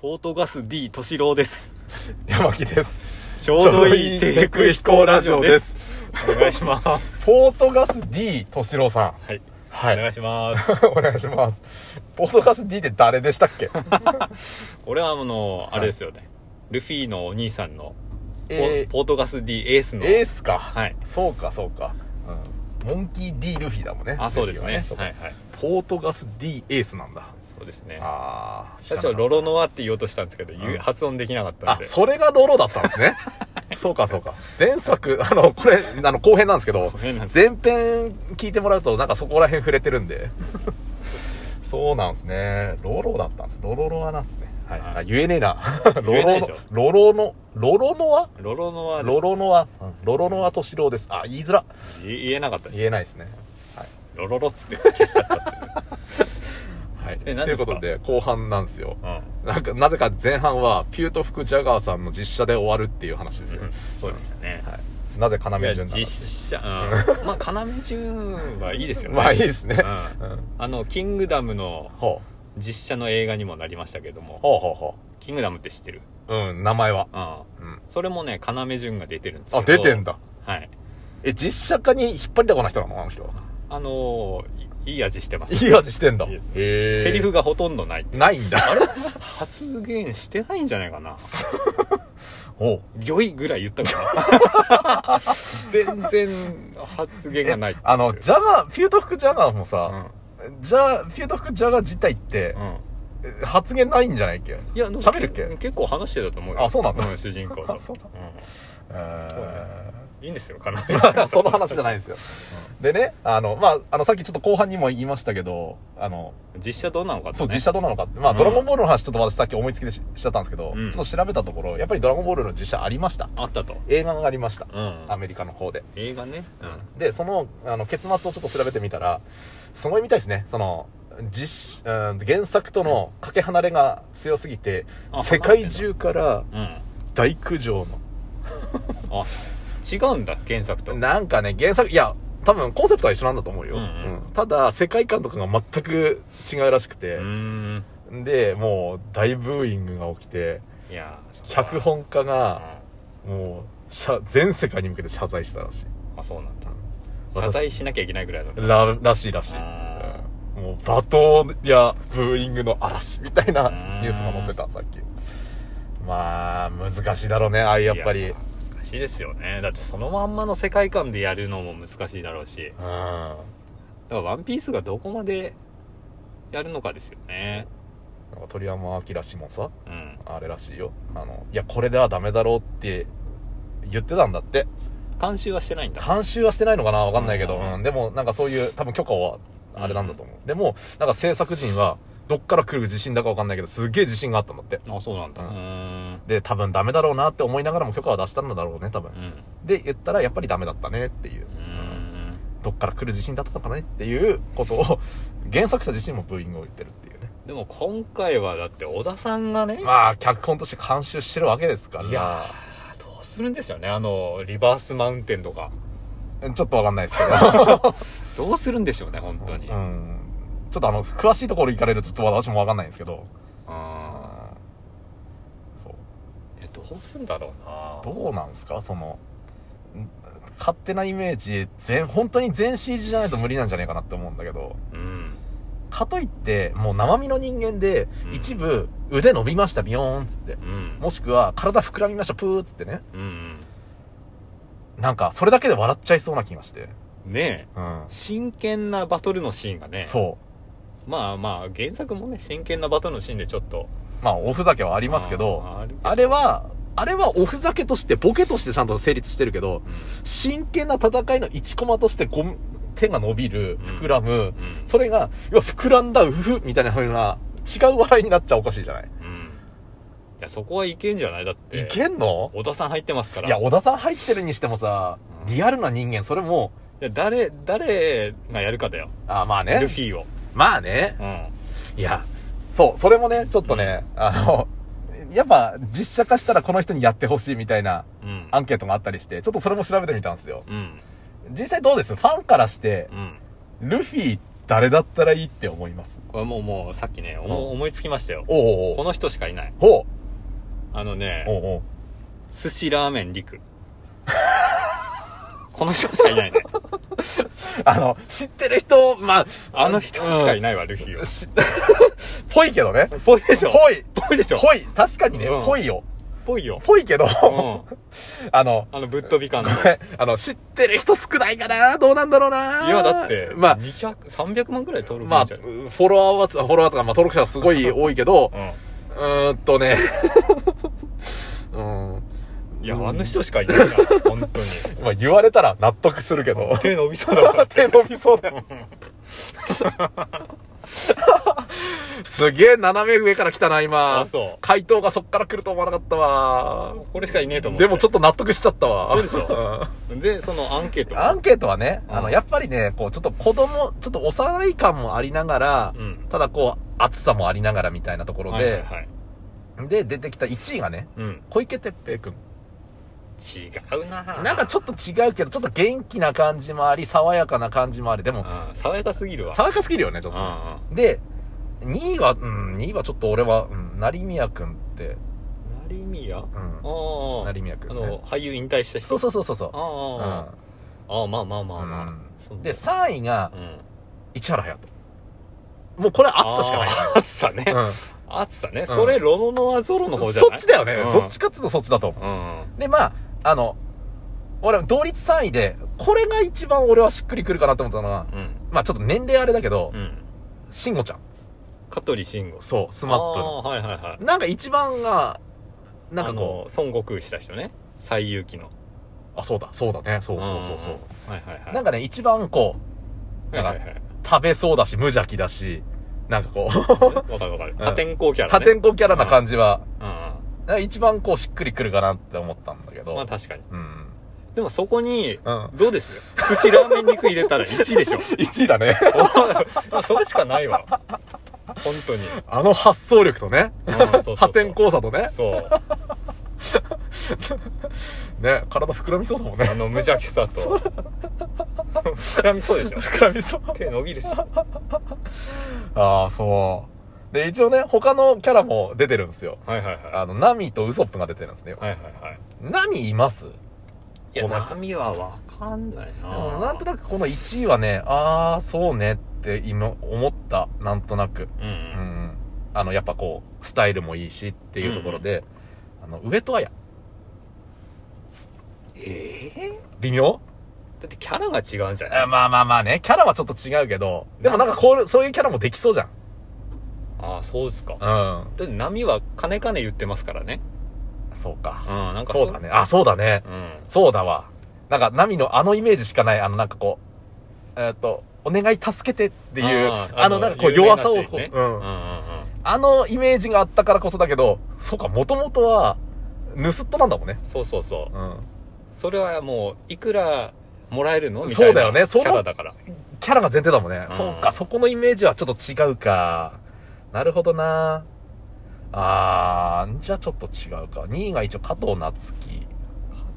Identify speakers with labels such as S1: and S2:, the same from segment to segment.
S1: ポートガス D 敏郎です。
S2: 山木です。
S1: ちょうどいい低空飛行ラジオです。。お願いします。
S2: ポートガス D 敏郎さん。
S1: はい。
S2: は
S1: お願い
S2: い。
S1: します。
S2: お願いします。ポートガス D って誰でしたっ け
S1: 俺はあの、あれですよね。ルフィのお兄さんの、ポ
S2: えー
S1: ポートガス D エースの。
S2: エースか。
S1: はい
S2: そうか、そうか。うんモンキー D ルフィだもんね。
S1: あ、そうですね
S2: ル。フィは
S1: はい
S2: ね
S1: はい。
S2: ポートガス D エースなんだ。
S1: そうですね。
S2: ああ。
S1: 最初はロロノワって言おうとしたんですけど、言う
S2: うん
S1: 発音できなかったん
S2: あ、
S1: で。
S2: それがロロだったん ですね。そうか、そうか。前作、あの、これ、あの、後編なんですけど
S1: 後編なんで、
S2: 前編聞いてもらうと、なんかそこら辺触れてるんで。 そうなんですね。ロロだったんです。ロロロアなんですね。はい。
S1: はい
S2: あ言えねえな。ロ
S1: 言えないで
S2: ロの
S1: しょ、
S2: ロロの、ロロノア
S1: ロロノワです
S2: ロロノア、うんロロノア敏郎です。あ、言いづら。
S1: 言え言えなかったです。
S2: 言えないですね。はい。
S1: ロロロっつって消しちゃったっていう。
S2: はい。と
S1: え何
S2: い
S1: で
S2: う
S1: すか
S2: ことで、後半なんですよ。
S1: うん。
S2: なんか、なぜか前半は、ピュート・フク・ジャガーさんの実写で終わるっていう話ですよ。
S1: そうですよね。
S2: はい。なぜ要
S1: いや
S2: 潤なの
S1: 実写、うん、まあ要潤はいいですよね
S2: まあいいですね
S1: うん、
S2: うん
S1: あの「キングダム」の
S2: ほ
S1: 実写の映画にもなりましたけど
S2: う
S1: も
S2: ほうほうほ
S1: 「キングダム」って知ってる、
S2: ううん名前は
S1: うん、
S2: うん
S1: それもね要潤が出てるんですけど
S2: あ出てんだ
S1: はい
S2: え実写化に引っ張りだこな人なのあの人は
S1: あのーいいい味してます
S2: いい味してんだ
S1: いい
S2: へ
S1: です
S2: え
S1: セリフがほとんどない
S2: ないんだあれ
S1: 発言してないんじゃないかな
S2: おう
S1: 「ギョイ」ぐらい言ったか な全然発言がない
S2: あのジャガーピュートフクジャガーも
S1: う
S2: さ
S1: ん、
S2: じゃピュートフクジャガー自体って
S1: うん
S2: 発言ないんじゃないっけ
S1: いやでも
S2: 喋るっけ
S1: 結構話してたと思うよ
S2: あそうなんだ
S1: 主人公
S2: あそうなん
S1: うん
S2: えー
S1: いいんですよ、か な
S2: その話じゃないんですよでねあのまああのさっきちょっと後半にも言いましたけどあの
S1: 実写どうなのかって
S2: そう、
S1: ね
S2: 実写どうなのかって。まあ、
S1: うん
S2: ドラゴンボールの話、ちょっと私さっき思いつきでししちゃったんですけど、
S1: うん
S2: ちょっと調べたところ、やっぱりドラゴンボールの実写ありました。
S1: あったと。
S2: 映画がありました。
S1: うん
S2: アメリカの方で。
S1: 映画ね。うん。
S2: で、その、あの、結末をちょっと調べてみたら、すごいみたいですね。その、実写、うん、原作とのかけ離れが強すぎて、
S1: あ
S2: 世界中から
S1: うん。
S2: 大苦情
S1: あ、違うんだ、原作と。
S2: の。
S1: う
S2: なんかね、原作、いや、多分コンセプトは一緒なんだと思うよ。
S1: うんうん
S2: ただ、世界観とかが全く違うらしくて
S1: ー、ん。
S2: で、もう、大ブーイングが起きて、
S1: いやー、そっか
S2: 脚本家
S1: うん
S2: が、もう謝全世界に向けて謝罪したらしい
S1: あ、そうなんだ。
S2: 私
S1: 謝罪しなきゃいけないぐらいだね。
S2: ららしいらしい、
S1: あ
S2: うんもう罵倒やブーイングの嵐みたいな
S1: うーん
S2: ニュースが載ってたさっきまあ難しいだろうねああいうやっぱり
S1: いやー難しいですよね。だってそのまんまの世界観でやるのも難しいだろうし。
S2: うんな
S1: だからワンピースがどこまでやるのかですよね。
S2: んか鳥山明氏もさ
S1: うん。
S2: あれらしいよあのいやこれではダメだろうって言ってたんだって
S1: 監修はしてないんだ。
S2: 監修はしてないのかなわかんないけど、
S1: う
S2: うんんでもなんかそういう多分許可はあれなんだと思う、でもなんか制作陣はどっから来る自信だかわかんないけどすっげえ自信があったんだって
S1: あ、そうなんだ。う
S2: うん
S1: ーん。
S2: で多分ダメだろうなって思いながらも許可は出したんだろうね多分、
S1: うん。
S2: で言ったらやっぱりダメだったねってい
S1: う
S2: う、
S1: ーん。
S2: どっから来る自信だったのかねっていうことを 原作者自身もブーイングを言ってるっていうね
S1: でも今回はだって小田さんがね、
S2: まあ脚本として監修してるわけですから
S1: いやーどうするんですよねあのリバースマウンテンとか
S2: ちょっとわかんないですけ ど
S1: どうするんでしょうね本当に、
S2: う
S1: うん
S2: んちょっとあの詳しいところ行かれるとちょっと私もわかんないんですけどそう
S1: えどうするんだろうな
S2: どうなんですかそのん勝手なイメージ全本当に全 CG じゃないと無理なんじゃないかなって思うんだけど
S1: うん
S2: かといってもう生身の人間で
S1: うん
S2: 一部腕伸びましたビヨーンっつって
S1: うん
S2: もしくは体膨らみましたプーっつってね
S1: うん
S2: なんかそれだけで笑っちゃいそうな気がして
S1: ねえ
S2: うん、
S1: 真剣なバトルのシーンがね
S2: そ
S1: まあまあ原作もね真剣なバトルのシーンでちょっと
S2: うまあおふざけはあ
S1: い
S2: りますけど
S1: あーるけど
S2: あれはあれはおふざけとしてボケとしてちゃんと成立してるけど
S1: う
S2: 真剣な戦いの1コマとしてこん手が伸びる膨らむ、
S1: んうん
S2: それが、うわ、膨らんだ、うふ、みたいな風な、違う笑いになっちゃおかしいじゃない、
S1: うんいやそこはいけんじゃないだって
S2: いけんの
S1: 小田さん入ってますから
S2: いや、小田さん入ってるにしてもさ、
S1: うん
S2: リアルな人間、それも、
S1: いや誰誰がやるかだよ
S2: あまあ
S1: ル
S2: ね
S1: フ。ィを
S2: まあね。
S1: うん
S2: いや、そう、それもね、ちょっとね、あの、やっぱ、実写化したらこの人にやってほしいみたいな
S1: うん
S2: アンケートがあったりして、ちょっとそれも調べてみたんですよ。
S1: うん
S2: 実際どうですファンからして
S1: う、ん
S2: ルフィっ誰だったらいいって思います
S1: これもうもうさっきね思
S2: うん
S1: 思いつきましたよ
S2: おうおう
S1: この人しかいない
S2: ほ
S1: あのね
S2: うおうおう
S1: 寿司ラーメン陸 この人しかいないね
S2: あの知ってる人まあ
S1: あの人しかい
S2: な
S1: ないわルフィは
S2: し ぽいけどね
S1: ぽいでしょ
S2: ぽい
S1: ぽいでしょ
S2: ぽい確かにね
S1: うん
S2: ぽいよ
S1: ぽいよ
S2: ぽいけど
S1: うん
S2: あの
S1: あのぶっ飛び感
S2: ご
S1: の
S2: めん あの知ってる人少ないかなどうなんだろうない
S1: いやだって
S2: まあ
S1: 200 300万くらい登録
S2: まあ、
S1: 者
S2: フ
S1: じゃん
S2: ォロワーは、フォロワーとか、まあ、登録者はすごい多いけど、うーん とね、うん、
S1: うんいやあの人しかいないな本当に
S2: まあ、言われたら納得するけど、
S1: 手伸びそうだもん
S2: 手伸びそうだよ。すげえ斜め上から来たな、今。
S1: あそう
S2: 回答がそっから来ると思わなかったわ。
S1: これしかいねえと思う
S2: でもちょっ
S1: っ
S2: と納得しちゃったわ。
S1: そうでしょ
S2: ん
S1: とでそのアンケート
S2: アンケートはね、あ
S1: う
S2: の、
S1: ん
S2: やっぱりね、こう、ちょっと子供、ちょっと幼い感もありながら、
S1: うん
S2: ただこう、暑さもありながらみたいなところで、
S1: はいはいはい
S2: で、出てきた1位がね、
S1: うん
S2: 小池徹平くん。
S1: 違うな
S2: なんかちょっと違うけど、ちょっと元気な感じもあり、爽やかな感じもあり、でも、
S1: うん爽やかすぎるわ
S2: 爽やかすぎるよね、ちょっ
S1: うん
S2: と。
S1: うん
S2: で、2位は、うん、2位はちょっと俺は、うん、成宮くんって、
S1: 成宮あ
S2: うん、
S1: あ
S2: 成宮く
S1: あ
S2: ん、ね
S1: の。俳優引退した人
S2: そうそうそうそうそう。う
S1: ああああまあまあまあまあ
S2: うん
S1: そうだ
S2: ん、で、3位が
S1: う、ん
S2: 市原隼人。もうこれは暑さしかない。
S1: あー暑さね
S2: うん
S1: 暑さね
S2: うん
S1: それロノノアゾロの方じゃ
S2: そ
S1: な
S2: っ
S1: い
S2: ちだよね、
S1: うん
S2: どっちかっていうとそっちだと思
S1: うん
S2: う。で、まあ、あの、俺、同率3位で、これが一番俺はしっくりくるかなと思ったのは、
S1: うん
S2: まあちょっと年齢あれだけど
S1: う、ん
S2: 慎吾ちゃん。
S1: 香取慎吾
S2: そう、スマップの。
S1: あーはいはいはい
S2: なんか一番が、なんかこ
S1: う孫悟空した人ね最有機の
S2: う、あ、そうだ、そうだね、そうそうそうそう。
S1: うんはいはいはい
S2: なんかね、一番こう、
S1: はい
S2: な
S1: は
S2: ん
S1: い
S2: か
S1: はい
S2: 食べそうだし、無邪気だし、なんかこう、
S1: わかるわかる
S2: ん
S1: 破天荒キャラね
S2: 破天荒キャラな感じは、
S1: うん
S2: なんか一番こうしっくりくるかなって思ったんだけ
S1: うん
S2: ど。
S1: まあ確かに
S2: うん。
S1: でもそこに
S2: うん。
S1: どうです寿司ラーメン肉入れたら1でし ょ
S2: 1位だね。
S1: あ それしかないわ本当に
S2: あの発想力とね、
S1: うんそうそうそう
S2: 破天荒さとね、
S1: そう
S2: ね、体膨らみそうだもんね
S1: あ。の無邪気さと膨らみそうでしょ
S2: 膨らみそう。
S1: 手伸びるし
S2: ああ、そう。で、一応ね、他のキャラも出てるんですよ。
S1: はいはいはい。
S2: あの、ナミとウソップが出てるんですね。
S1: はいはいはい。
S2: ナミいます
S1: い
S2: こ
S1: や、
S2: の人
S1: 波はわかんない
S2: でも
S1: な
S2: なんと
S1: な
S2: なくこの1位はね、ああ、そうねって今思った。なんとなく。
S1: く。う。
S2: うんん。あの、やっぱこう、スタイルもいいしっていうところで、あの、上戸彩。
S1: ええ
S2: 微妙
S1: だってキャラが違うんじゃない
S2: あまあまあまあね、キャラはちょっと違うけど、でもなんかこう、そういうキャラもできそうじゃん。
S1: ああ、そうですか。だ
S2: う
S1: って波は金金言ってますからね。
S2: ん。そう
S1: うん、
S2: か。
S1: なんか
S2: そうだ。ね。あ、そうだね。
S1: うん。
S2: そうだわ。なんか、ナミのあのイメージしかない、あの、なんかこう、えーっと、お願い助けてっていう、あ
S1: ー
S2: の、なんかこう、
S1: 有名
S2: 弱
S1: な
S2: さを
S1: シー
S2: こう、
S1: ンね
S2: う
S1: うん
S2: ん
S1: うんうん。
S2: あのイメージがあったからこそだけど、そうか、もともとは、盗っ人なんだもんね。
S1: そうそうそう
S2: う。ん。
S1: それはもう、いくらもらえるのみたいな。
S2: そうだよね
S1: キ
S2: その
S1: ャラだから。
S2: キャラが前提だもんね。
S1: うん
S2: そうか、そこのイメージはちょっと違うか。なるほどな。あー、じゃあちょっと違うか。2位が一応加藤夏樹。
S1: 加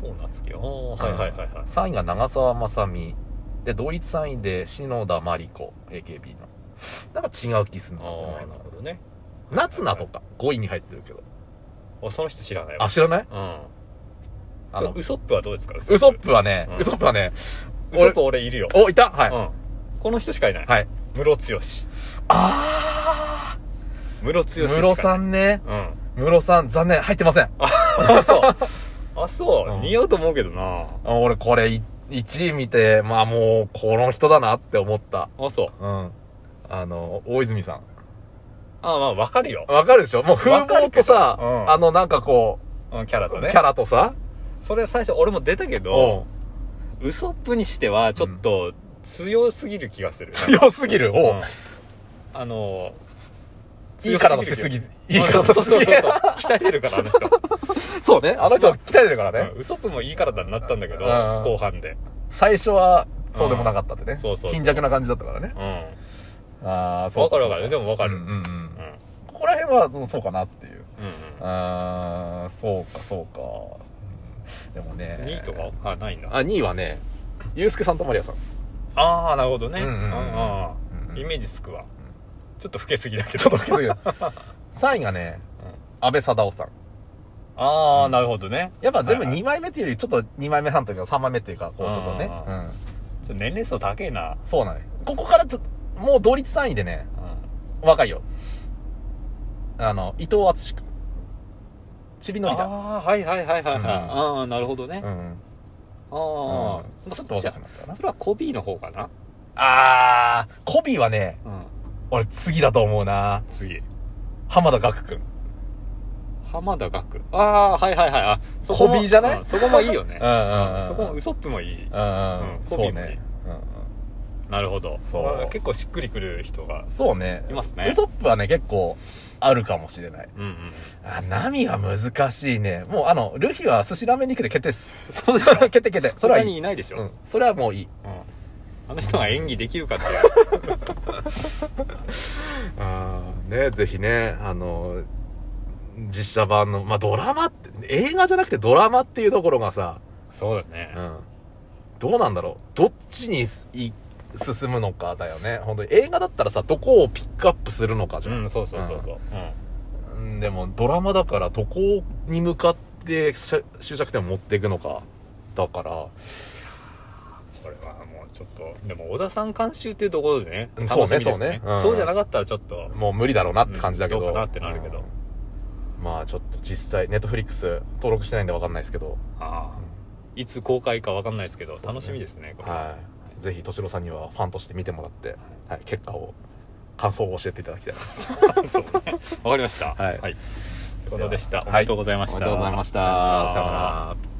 S1: 藤夏樹。おーはいはいはいはい。
S2: 3位が長澤まさみ。で、同率3位で篠田真理子、AKB の。なんか違う気すん
S1: あ
S2: だ
S1: あ
S2: よ
S1: ー、なるほどね。
S2: な。夏菜とか5位に入ってるけど。
S1: おその人知らないわ
S2: あ、。知らない
S1: うん。
S2: あの、
S1: ウソップはどうですか
S2: ウソップはね
S1: うん、
S2: ウソップはね、
S1: ウソップ俺いるよ。
S2: お、いたはい。
S1: うん。この人しかいない。
S2: はい。
S1: ムロツヨシ。
S2: あ
S1: ムロツ
S2: ー、
S1: ヨシしかい
S2: ム
S1: ない。
S2: ロさんね。
S1: うん。
S2: ムロさん、残念、入ってません。
S1: あ、そう。 あ、そう。
S2: うん
S1: 似合うと思うけどな。
S2: あ俺これい1位見てまあもうこの人だなって思った
S1: あ、そう。
S2: うんあの大泉さ
S1: あ、まあ、わかるよ
S2: ん。わかるでしょもう風
S1: わかるけ
S2: 貌と
S1: ど
S2: さ、
S1: うん
S2: あのなんかこ
S1: うんキャラ
S2: う、
S1: とね。
S2: キャラとさ
S1: それ最初俺も出たけ
S2: お
S1: ど、
S2: う
S1: ウソップにしてはちょっと強すぎる気がする。
S2: 強すぎる
S1: う
S2: お
S1: ん
S2: う
S1: あの、
S2: いい体しすぎ
S1: 強
S2: いい体しす
S1: そうそうそう
S2: ぎ
S1: そう鍛えてるから、あの 人。
S2: そうねあの人は鍛えてるからね
S1: うんウソップもいい体になったんだけど、
S2: うん
S1: 後半で。
S2: 最初はそうでもなかったってね
S1: んそうそうそう
S2: 貧弱な感じだったからね
S1: うん。
S2: ああ
S1: わかるわかる。でもわかる。
S2: う
S1: うん
S2: う
S1: ん。
S2: んう
S1: うんん
S2: ここら辺はうんそうかなっていう
S1: うん。
S2: あーそうかそうかうんでもね
S1: 2位とかあないんだ
S2: あ、2位はね、ゆうすけさんとまりやさん。
S1: ああなるほどね
S2: うんうんうん
S1: あ
S2: うん
S1: イメージつくわ
S2: うん
S1: ちょっと老けすぎだけど
S2: ちょっと待 ってください3位がね
S1: うん
S2: 安倍貞夫さん
S1: ああ、
S2: うん
S1: なるほどね
S2: やっぱ全部
S1: はいはい
S2: 2枚目っていうよりちょっと2枚目半というか3枚目っていうかこうちょっとね
S1: うん
S2: う
S1: うん
S2: ん
S1: ちょっと年齢層高えな
S2: そうなのよここからちょっともう同率3位でね若いよあの伊藤淳君ちびのりだ
S1: ああーはいはいはいはいはい、
S2: うん
S1: ああなるほどね、
S2: う
S1: あ
S2: ん
S1: あ、
S2: うんちょっと若くなったかな
S1: それはコビーの方かな
S2: あーコビーはね
S1: うん
S2: 俺次だと思うな
S1: 次
S2: 浜田岳君
S1: 浜田岳ああはいはいはいあそこも
S2: コビーじゃない
S1: うんそこもいいよね
S2: うんうんうん
S1: そこもウソップもいいし、
S2: うん
S1: うんコ
S2: そう
S1: ビーもいい
S2: ねうんうん
S1: なるほど
S2: そう
S1: あー結構しっくりくる人が
S2: そうね
S1: いますね
S2: ウソップはね結構あるかもしれない
S1: うんうん
S2: あ、波は難しいね。もうあの、ルフィは寿司ラーメン肉で決定っす。
S1: そうでしょ
S2: 決定決定。それは
S1: 他
S2: い
S1: に
S2: い。
S1: いないでしょ、
S2: うん。それはもういい。
S1: うんあの人が演技できるかっていう
S2: あね、ぜひね、あの、実写版の、まあ、ドラマって、映画じゃなくてドラマっていうところがさ、
S1: そうだね
S2: ん。どうなんだろう。どっちにすい進むのかだよね。本当に映画だったらさ、どこをピックアップするのかじゃ。
S1: うんんそうそうそうそう、うん
S2: うんでもドラマだからどこに向かってしゃ終着点を持っていくのかだから
S1: これはもうちょっとでも小田さん監修っていうところでね
S2: うん
S1: 楽しみですね
S2: そうねそうねうん
S1: そうじゃなかったらちょっと
S2: もう無理だろうなって感じだけど、
S1: うんどうかなってなるけど
S2: うんまあちょっと実際ネットフリックス登録してないんで分かんないですけど、
S1: ああいつ公開かわかんないですけど
S2: そうですね
S1: 楽しみですねこれ
S2: はいい、ぜひ敏郎さんにはファンとして見てもらって、はい、結果を感想を教えていただきたい
S1: そうねわかりました
S2: はい
S1: ということでしたお
S2: はい
S1: めでとうございま
S2: お
S1: し
S2: め
S1: た
S2: でとうございました
S1: さよなら
S2: さよなら